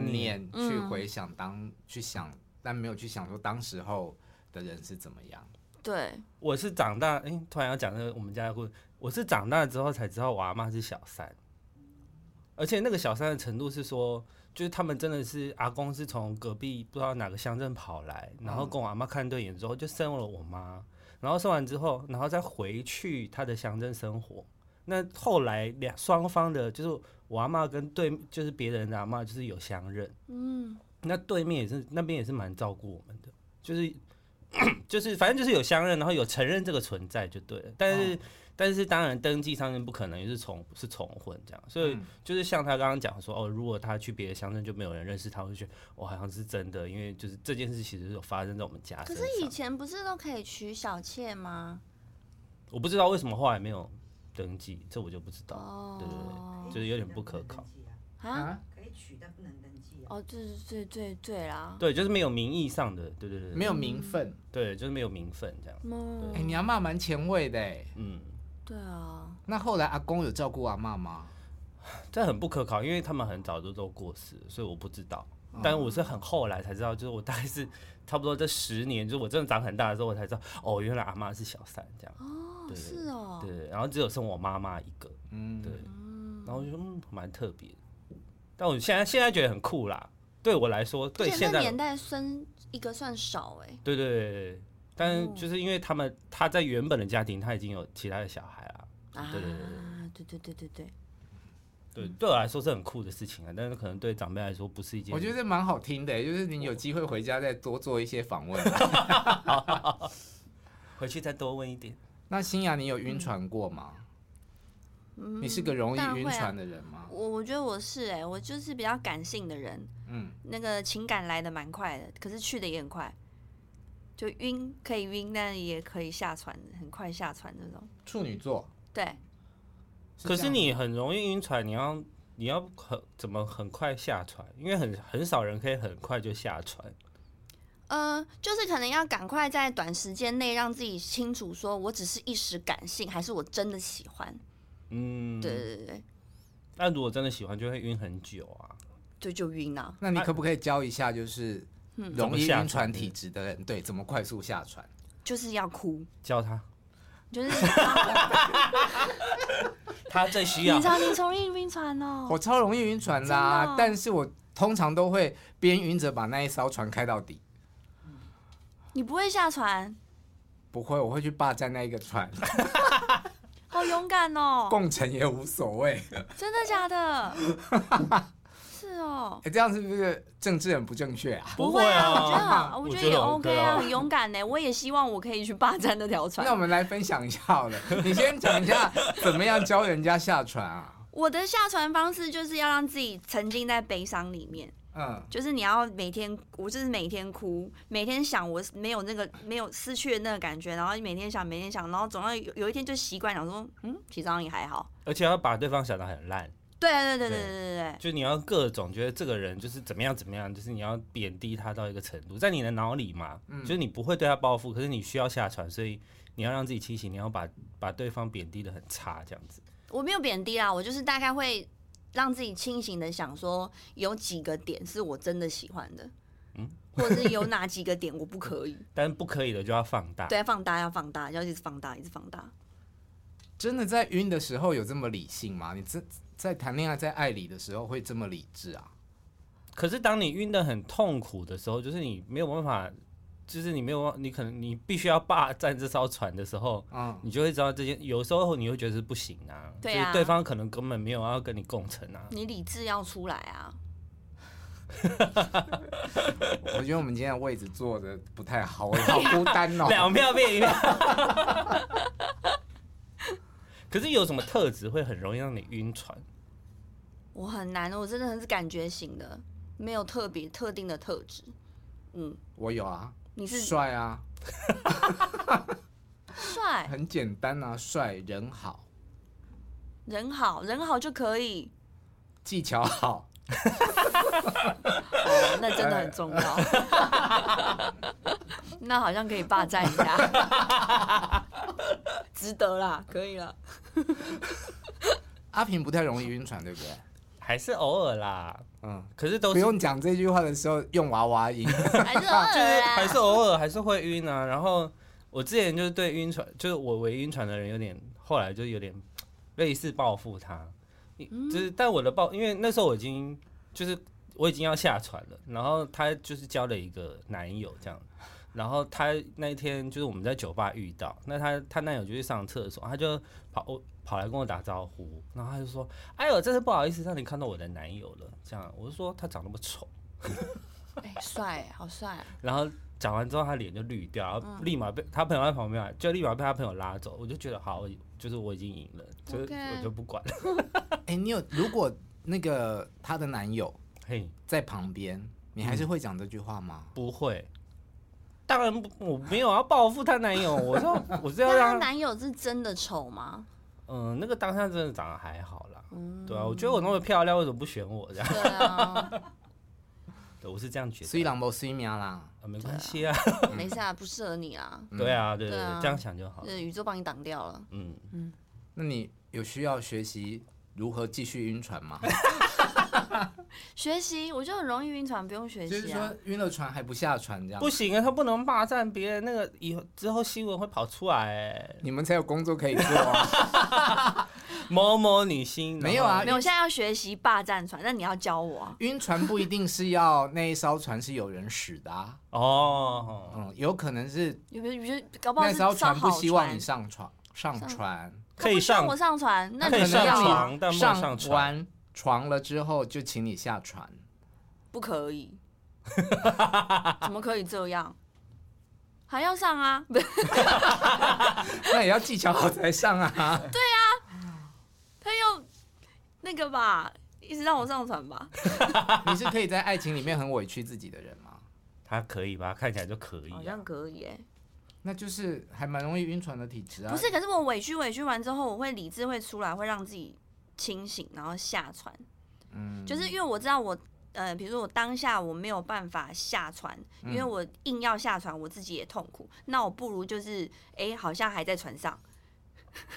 观念
念去
嗯
回想当、去想，但没有去想说当时候的人是怎么样。
对，
我是长大，哎、突然要讲那个我们家的故事。我是长大之后才知道我阿妈是小三，而且那个小三的程度是说，就是他们真的是阿公是从隔壁不知道哪个乡镇跑来，然后跟我阿妈看对眼之后就生了我妈，然后生完之后，然后再回去他的乡镇生活。那后来两双方的，就是我阿妈跟对，就是别人的阿妈，就是有相认。
嗯，
那对面也是那边也是蛮照顾我们的，就是就是 反正就是有相认，然后有承认这个存在就对了。但是、
哦
但是当然登记上面不可能是重是重婚这样，所以
嗯
就是像他刚刚讲说哦，如果他去别的乡镇就没有人认识他，我就觉得我、哦、好像是真的，因为就是这件事其实是有发生在我们家
可
身
是
上。
以前不是都可以娶小妾吗？
我不知道为什么后来没有登记，这我就不知道，对对
哦
对，就是有点不可靠。
啊，
可以取，但不能登记啊。
哦，对对对对对啦，
对，就是没有名义上的，对对对，
没有名分。
对，就是没有名分这样，
嗯
哎、，你阿妈蛮前卫的哎。
嗯。
对啊，
那后来阿公有照顾阿妈吗？
这很不可考，因为他们很早就都过世了，所以我不知道。但我是很后来才知道，就是我大概是差不多这十年，就是我真的长很大的时候，我才知道哦，原来阿妈是小三这样。
哦，
对
是哦，
对，然后只有剩我妈妈一个，
嗯，
对，然后我就嗯蛮特别的。但我现在现在觉得很酷啦，对我来说，对
而且
现
那
在
年代生一个算少哎，
对对对对对，但就是因为他们他在原本的家庭他已经有其他的小孩啦，
啊
对对，
对对对对对，
对，对我来说是很酷的事情啊，但是可能对长辈来说不是一件，
我觉得蛮好听的欸，就是
哦
你有机会回家再多做一些访问。
回去再多问一点。
那新雅，你有晕船过吗？你是个容易
当然
晕
嗯会啊
船的人吗？
我我觉得我是哎，我就是比较感性的人，
嗯，
那个情感来的蛮快的，可是去的也很快。就晕可以晕，但也可以下船，很快下船这种。
处女座。
对，
可
这
是
样
你很容易晕船，你要你要很怎么很快下船？因为很很少人可以很快就下船。
呃，就是可能要赶快在短时间内让自己清楚，说我只是一时感性，还是我真的喜欢。
嗯，
对。对对对，
那如果真的喜欢，就会晕很久啊。
就就晕了、
那你可不可以教一下，就是
怎
嗯
容
么
易
下
晕船
船
体质的人，对，怎么快速下船？
就是要哭，
教他，
就是
他最需
你知道林崇义晕船哦，
我超容易晕船
真的
啦
哦，
但是我通常都会边晕着把那一艘船开到底。
你不会下船，
不会，我会去霸占那一个船，
哦好勇敢 哦，
共乘也无所谓。
真的假的？是哦。
哎，这样是不是政治很不正确啊？
不
会
啊，
我觉得好，我
我
觉得也 OK
很
啊，
高
很勇敢呢。我也希望我可以去霸占那条船
那我。们来分享一下好 了，你先讲一下怎么样教人家下船啊？
我的下船方式就是要让自己沉浸在悲伤里面，
嗯，
就是你要每天，我就是每天哭，每天想我没有那个没有失去的那个感觉，然后每天想，每天想，然后总要有有一天就习惯，想说，嗯，其实好像也还好。
而且要把对方想得很烂，
对啊对对对对对对。
就你要各种觉得这个人就是怎么样怎么样，就是你要贬低他到一个程度，在你的脑里嘛，就是你不会对他报复，可是你需要下船，所以你要让自己清醒，你要把把对方贬低的很差这样子。
我没有贬低啦，我就是大概会让自己清醒的想说，有几个点是我真的喜欢的，
嗯
或者是有哪几个点我不可以，
但不可以的就要放大。
对，放大要放大，要一直放大，一直放大。
真的在晕的时候有这么理性吗？你这在谈恋爱在爱里的时候会这么理智啊？
可是当你晕的很痛苦的时候，就是你没有办法，就是你没有，你可能你必须要霸占这艘船的时候，
嗯，
你就会知道这件，有时候你会觉得是不行啊，
对
就
啊
是对方可能根本没有要跟你共乘啊。
你理智要出来啊！
我觉得我们今天的位置坐的不太好，我 好孤单哦。
两票变一票。 可是有什么特质会很容易让你晕船？
我很难，我真的很是感觉型的，没有特别特定的特质。嗯，
我有啊，
你是
帅啊，
帅、
很简单啊，帅人好，
人好，人好就可以。
技巧好，
哦，那真的很重要。 那好像可以霸占一下，值得啦，可以了。
阿平不太容易晕船，对不对？
还是偶尔啦，
嗯，
可是都
不
是
用讲这句话的时候用娃娃音，
还是偶
就是
尔啊
还是
啦。
偶尔还是会晕啊。然后我之前就是对晕船，就是我为晕船的人有点，后来就有点类似报复他，就是但我的报，因为那时候我已经就是我已经要下船了，然后他就是交了一个男友这样。然后他那一天就是我们在酒吧遇到，那他他男友就去上厕所，他就跑我跑来跟我打招呼，然后他就说：“哎呦，真是不好意思让你看到我的男友了。”这样，我就说他长那么丑，
哎帅、好帅、啊
然后讲完之后，他脸就绿掉，然后立马被他朋友在旁边啊，就立马被他朋友拉走。我就觉得好，我就是我已经赢了，就是
OK
我就不管了。
哎、你有如果那个她的男友
嘿，
在旁边，你
嗯
还是会讲这句话吗？
不会，当然不，我没有要报复她男友，我说我是要
那 她
让她，
男友是真的丑吗？
嗯、那个当下真的长得还好啦，对啊，我觉得我那么漂亮，为什么不选我这样？
对啊，
对，我是这样觉
虽
得，
然没睡眠啦，
啊、没关系啊，
没事啊，不适合你啊，
嗯
对啊，对对
对啊
对，这样想就好了，
是宇宙帮你挡掉了。
嗯。
那你有需要学习如何继续晕船吗？
学习，我就很容易晕船，不用学
就是
习啊
说。晕了船还不下船这样
不，行啊，他不能霸占别人，那个以后之后新闻会跑出来、欸。
你们才有工作可以做啊！
某某女星
没有啊
然后
没有，现在要学习霸占船，那你要教我啊。
晕船不一定是要那一艘船是有人使的、啊，
哦，
嗯，有可能是
有没有？有没有？搞不好
那
是
艘船
上
不
好
希望你上船，上
上
船，
可以
上
上
我上船，那
可以
你
可
不
上
能
要啊
床但不能
上
上船
完床了之后就请你下船，
不可 以，怎么可以这样？还要上啊？不是
那也要技巧好才 上啊。
他又那个吧，一直让我上船吧。
你是可以在爱情里面很委屈自己的人吗？
他可以吧？看起来就可以、
好
啊
像。可以哎、
那就是还蛮容易晕船的体质啊。
不是，可是我委屈委屈完之后，我会理智会出来，会让自己清醒，然后下船。
嗯，
就是因为我知道我，呃，比如说我当下我没有办法下船，
嗯
因为我硬要下船，我自己也痛苦。那我不如就是，哎、好像还在船上，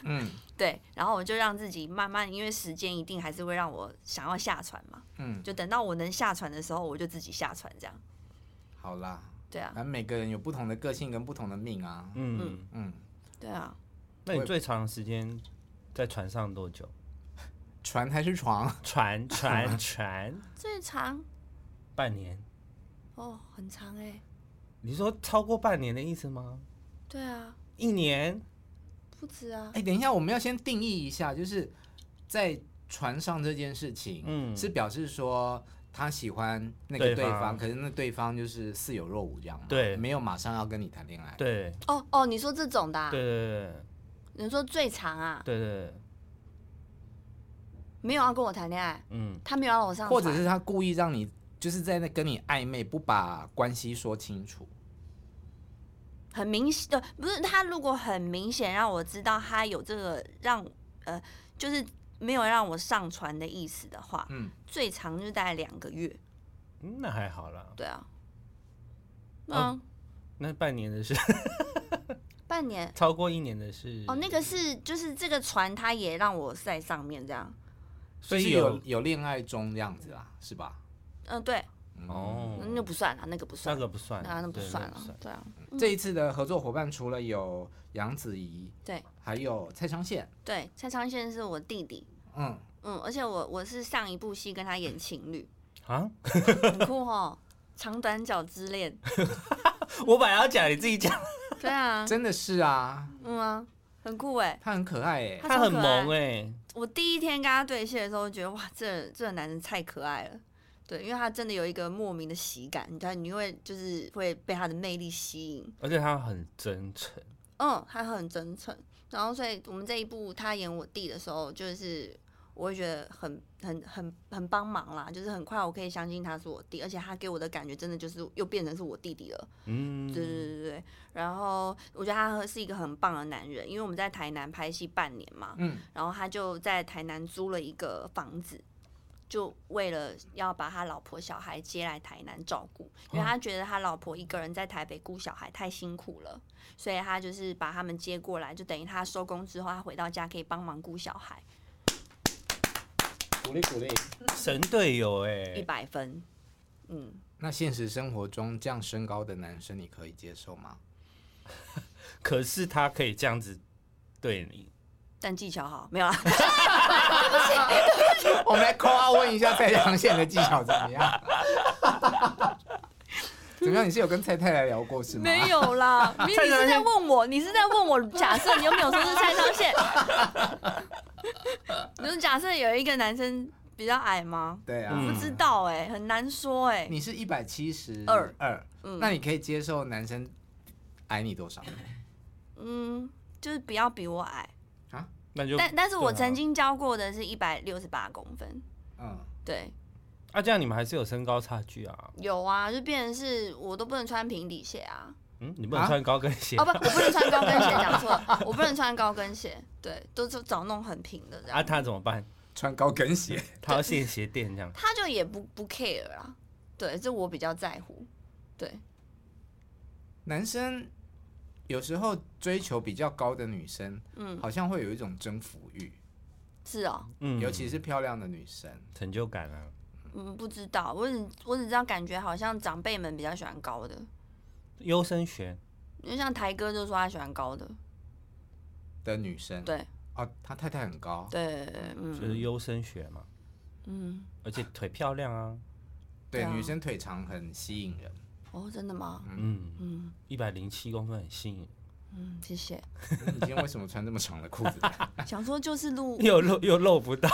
嗯
对，然后我就让自己慢慢，因为时间一定还是会让我想要下船嘛，
嗯，
就等到我能下船的时候，我就自己下船，这样，
好啦，
对啊
反，正每个人有不同的个性跟不同的命啊。
嗯，
嗯，
对啊，
那你最长的时间在船上多久？
船还是床，
船船船
最长
半年？
哦，很长哎、
你说超过半年的意思吗？
对啊，
一年？
不止啊
哎、，等一下，我们要先定义一下，就是在船上这件事情，
嗯
是表示说他喜欢那个
对
对方，
方
可是那对方就是似有若无这样嘛，
对
没有马上要跟你谈恋爱。
对
哦哦，你说这种的、啊
对，对
你说最长啊
对，对对，
没有要跟我谈恋爱，
嗯，
他没有让我上船，
或者是他故意让你就是在那跟你暧昧，不把关系说清楚。
很明显，呃，不是他如果很明显让我知道他有这个让呃，就是没有让我上船的意思的话，
嗯，
最长就大概两个月，
嗯那还好啦。
对啊，嗯，
哦那半年的是
半年
超过一年的是
哦，那个是就是这个船他也让我在上面这样，
所以
就是有
有
有恋爱中这样子啦，是吧？
嗯、对，
哦
那，不算啦，那个不
那
算，
个不算，
啊，那不
对
算
不
了，对啊，
这一次的合作伙伴除了有杨子怡，
对，
还有蔡昌宪，
对，蔡昌宪是我弟弟，
嗯，
嗯，而且我我是上一部戏跟他演情侣，
啊！
很酷哦，长短脚之恋，
我本来要讲，你自己讲，
对 啊，
真的是啊，
嗯啊，很酷哎。
他很可爱哎，
他
他很
超可爱
萌哎、
我第一天跟他对戏的时候，觉得哇，这这个男人太可爱了。对，因为他真的有一个莫名的喜感，你他你会就是会被他的魅力吸引。
而且他很真诚。
嗯，他很真诚。然后，所以我们这一部他演我弟的时候，就是我会觉得很很很很帮忙啦，就是很快我可以相信他是我弟，而且他给我的感觉真的就是又变成是我弟弟了。
嗯，
对对对对。然后我觉得他是一个很棒的男人，因为我们在台南拍戏半年嘛，
嗯，
然后他就在台南租了一个房子，就为了要把他老婆小孩接来台南照顾，因
哦
为他觉得他老婆一个人在台北顾小孩太辛苦了，所以他就是把他们接过来，就等于他收工之后，他回到家可以帮忙顾小孩，
鼓励鼓励。
神队友哎、
一百分。嗯，
那现实生活中这样身高的男生，你可以接受吗？
可是他可以这样子对你，
但技巧好没有啦，
我们来扣啊，问一下蔡长宪的技巧怎么样？ 怎么样？你是有跟蔡太太聊过是吗？
没有 啦，你你
蔡
是
昌
在
宪
问我，你是在问我，假设你有没有说是蔡昌 宪？你说假设有一个男生比较矮吗？
对啊，
嗯
不知道哎、很难说哎、
你是一百七十
二
二，
嗯
嗯那你可以接受男生矮你多少？
嗯，就是不要比我矮，
那就
但但是我
对啊
曾经教过的是一百六十八公分，
嗯，
对，
啊，这样你们还是有身高差距啊。
有啊，就变成是我都不能穿平底鞋啊，
嗯，你不能穿高跟鞋，
哦不，我不能穿高跟鞋，讲错了，我不能穿高跟鞋，对，都是找弄很平的这样，
啊，他怎么办？
穿高跟鞋，
他要限鞋垫这样。
他就也不不 care 啦，对，这我比较在乎，对，
男生有时候追求比较高的女生，
嗯，
好像会有一种征服欲，
是哦，
嗯，
尤其是漂亮的女生。
成就感啊。
嗯，不知道，我只我只知道感觉好像长辈们比较喜欢高的，
优生学，
因为像台哥就说他喜欢高的，
的女生，
对
哦，她太太很高，
对，嗯，
就是优生学嘛，
嗯，
而且腿漂亮啊，
对，
对啊
女生腿长很吸引人。
哦，真的吗？
嗯，
嗯
一百零七公分很吸引，
嗯，谢 谢。
你今天为什么穿这么长的裤子？
想说就是录，
又露又露不到，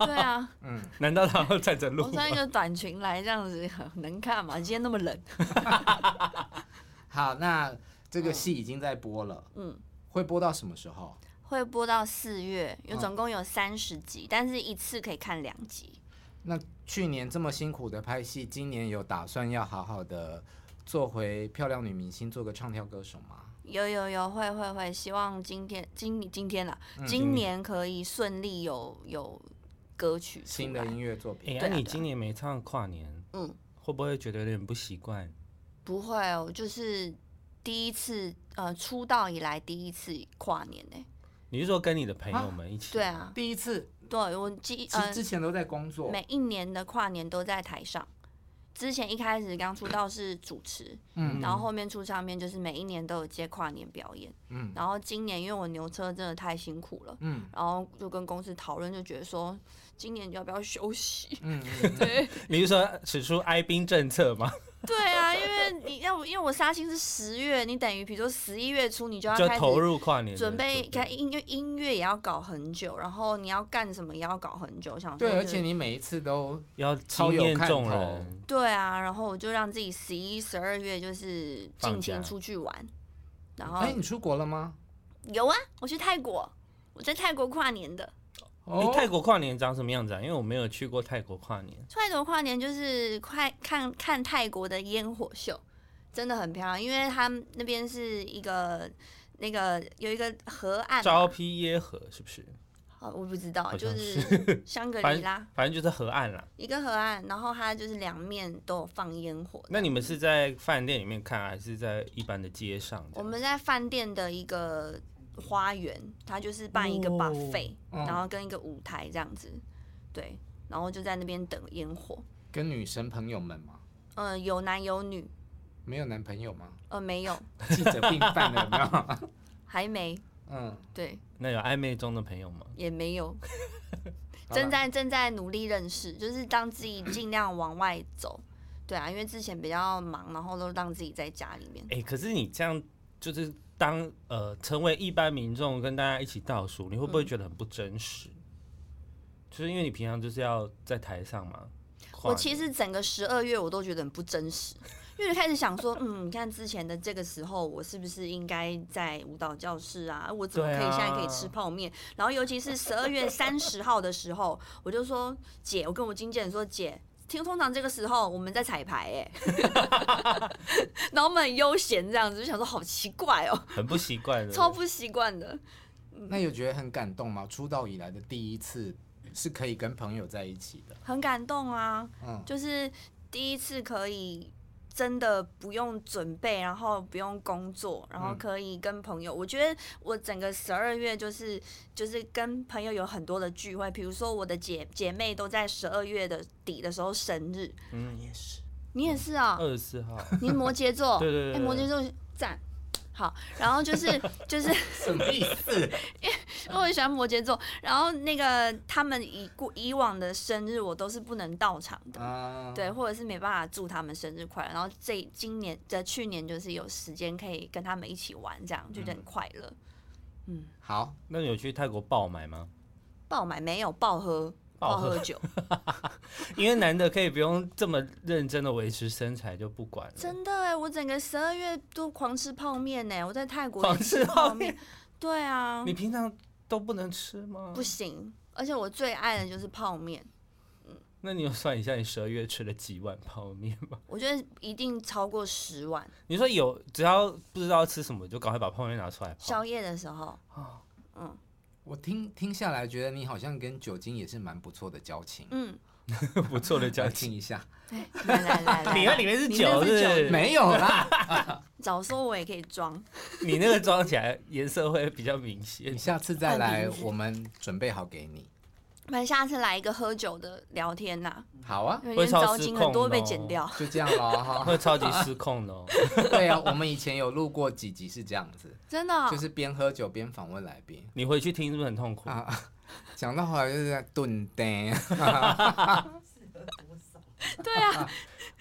对啊，
嗯，
难道他要站着哎
我
露吗？
穿一个短裙来这样子 能看吗？今天那么冷，
好，那这个戏已经在播了，
嗯，
会播到什么时候？
会播到四月，有
嗯
总共有三十集，但是一次可以看两集。
那去年这么辛苦的拍戏，今年有打算要好好的做回漂亮女明星，做个唱跳歌手吗？
有有有，会会会，希望今天今今天啦，
嗯
今
今年可以顺利有有歌曲出
新的
来
音乐作品
哎，
对
呀，
啊
你
对啊
今年没唱跨年，
嗯，
会不会觉得有点不习惯？
不会哦，就是第一次呃出道以来第一次跨年呢、
你是说跟你的朋友们一起？
对，啊，
第一次，
对我记
其
呃
实之前都在工作，
每一年的跨年都在台上。之前一开始刚出道是主持，
嗯
然后后面出唱片就是每一年都有接跨年表演。
嗯
然后今年因为我牛车真的太辛苦了，
嗯？
然后就跟公司讨论，就觉得说今年要不要休息
嗯嗯，嗯
对
你是说使出哀兵政策吗？
对啊，因为你要我因为我杀青是十月，你等于比如说十一月初你就要
就
开始
投入跨年的
准备，看音乐音乐也要搞很久，然后你要干什么也要搞很久，想说
对，
就
而且你每一次都
要
超
惊
有
艳
看
众
头
人。
对啊，然后我就让自己十一、十二月就是尽
放
情
假
出去玩，然后
哎、你出国了吗？
有啊，我去泰国，我在泰国跨年的。
哦
哎、泰国跨年长什么样子啊？因为我没有去过泰国跨年。
泰国跨年就是快看看泰国的烟火秀，真的很漂亮，因为他们那边是一个那个有一个河岸嘛，
昭披耶河是不是？
好我不知道，
好
就
像
是香格里拉
反正就是河岸啦。
一个河岸，然后它就是两面都有放烟火。
那你们是在饭店里面看，还是在一般的街上这
我
样？
们在饭店的一个花园，它就是办一个
哦
buffet，、
嗯
然后跟一个舞台这样子，对，然后就在那边等烟火。呃
跟女生朋友们吗？
嗯、有男有女，
没有男朋友吗？
呃，没有，
记者病犯了有没有？
还没，
嗯，
对，
那有暧昧中的朋友吗？
也没有，
好啦
正在正在努力认识，就是让自己尽量往外走。对啊，因为之前比较忙，然后都让自己在家里面。
哎、可是你这样就是当呃成为一般民众跟大家一起倒数，你会不
嗯
会觉得很不真实？就是因为你平常就是要在台上嘛。跨
我
年
其实整个十二月我都觉得很不真实，因为就开始想说，嗯，你看之前的这个时候，我是不是应该在舞蹈教室啊？我怎么可以
对啊
现在可以吃泡面？然后尤其是十二月三十号的时候，我就说姐，我跟我经纪人说姐。听通常这个时候我们在彩排哎、 然后我们很悠闲这样子，就想说好奇怪哦、
很不习惯的，
超不习惯的。
那有觉得很感动吗？出道以来的第一次是可以跟朋友在一起的，
很感动啊，
嗯
就是第一次可以真的不用准备，然后不用工作，然后
嗯
可以跟朋友。我觉得我整个十二月就是就是跟朋友有很多的聚会，比如说我的姐姐妹都在十二月的底的时候生日，
嗯，也是
你也是啊、
二十四号，
你是摩羯 座，
对对对
哎摩羯座赞。好，然后就是就是
什么意思？
我很喜欢摩羯座，然后那个他们以过以往的生日我都是不能到场的，
啊，
对，或者是没办法祝他们生日快乐。然后这今年的去年就是有时间可以跟他们一起玩，这样就觉
嗯
得很快乐。
好，
那你有去泰国爆买吗？
爆买没有爆喝，
爆
爆
喝
喝 酒，
因为男的可以不用这么认真的维持身材，就不管了。
真的哎、我整个十二月都狂吃泡面欸呢、我在泰国
狂
也
吃
吃
泡
泡面，对啊
你，平常都不能吃吗？
不行。而且我最爱的就是泡面，
那你有算一下你十二月吃了几碗泡面吗？
我觉得一定超过十碗。
你说有，只要不知道吃什么，就赶快把泡面拿出来泡。
宵夜的时候，嗯
我听听下来觉得你好像跟酒精也是蛮不错的交情，
嗯，
不错的交
来
情
听。一下，
对，来来来来，
你那里面是
你
酒
那
是不
是
是
酒，
没有啦，
早说我也可以装。
你那个装起来颜色会比较明显
你。下次再
换
来
名，字
我们准备好给你。
那下次来一个喝酒的聊天呐、
好啊，
因为
会超
糟
失
精
控
很多被
哦
剪掉。
就这样咯。哈。
会超级失控 的、哦，
对啊，我们以前有录过几集是这样子，
真的哦、
就是边喝酒边访问来宾
你回去听是不是很痛苦？
啊。讲到后来就是在顿呆，
适合多少？
对 啊，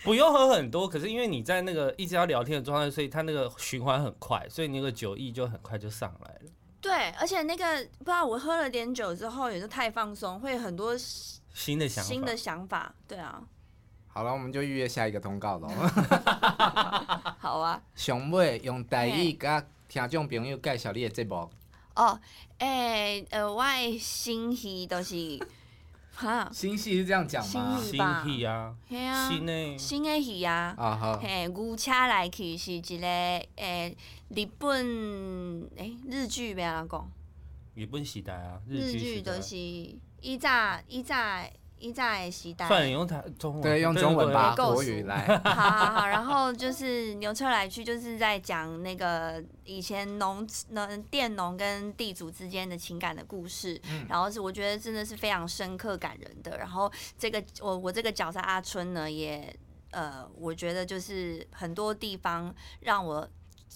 不用喝很多，可是因为你在那个一直要聊天的状态，所以它那个循环很快，所以你那个酒意就很快就上来了。
对，而且那个不知道我喝了点酒之后，也是太放松，会有很多
新的想法，
新的想法。对啊，
好了，我们就预约下一个通告咯。
好啊。
上尾用台语甲听众朋友介绍你的节目，
哦，诶、呃，我的新戏都是 哈，
新戏是这样讲吗？
新
新
意吧
意啊，
嘿啊，
新哦呢？
新的戏啊。
啊好，
嘿，牛车来去是一个诶、日本诶、日剧要安怎讲？
也不是时代啊，
日
剧
剧
的
就。是以前以前以前的时代。
算了，你用台中文，
对，用中文吧，
对对对
国语来。
好好好，然后就是牛车来去，就是在讲那个以前农农佃农跟地主之间的情感的故事，然后是我觉得真的是非常深刻感人的。然后这个我我这个角色阿春呢，也呃，我觉得就是很多地方让我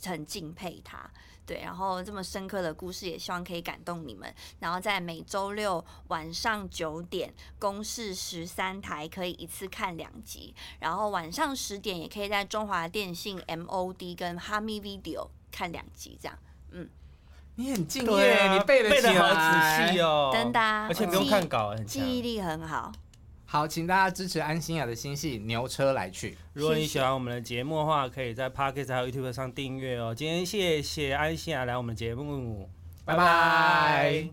很敬佩他。对，然后这么深刻的故事，也希望可以感动你们。然后在每周六晚上九点，公视十三台可以一次看两集，然后晚上十点也可以在中华电信 MOD 跟哈密 Video 看两集，这样。
你很 敬
对
业，
啊，
你
背
得
得
起
好仔
来
细。哦，
真的啊
而且不
我
用
记
看稿，很强。
记忆力很好，
好，请大家支持安心雅的新戏《牛车来去》。
如果你喜欢我们的节目的话，可以在 Podcast 还有 YouTube 上订阅哦。今天谢谢安心雅来我们节目，
拜拜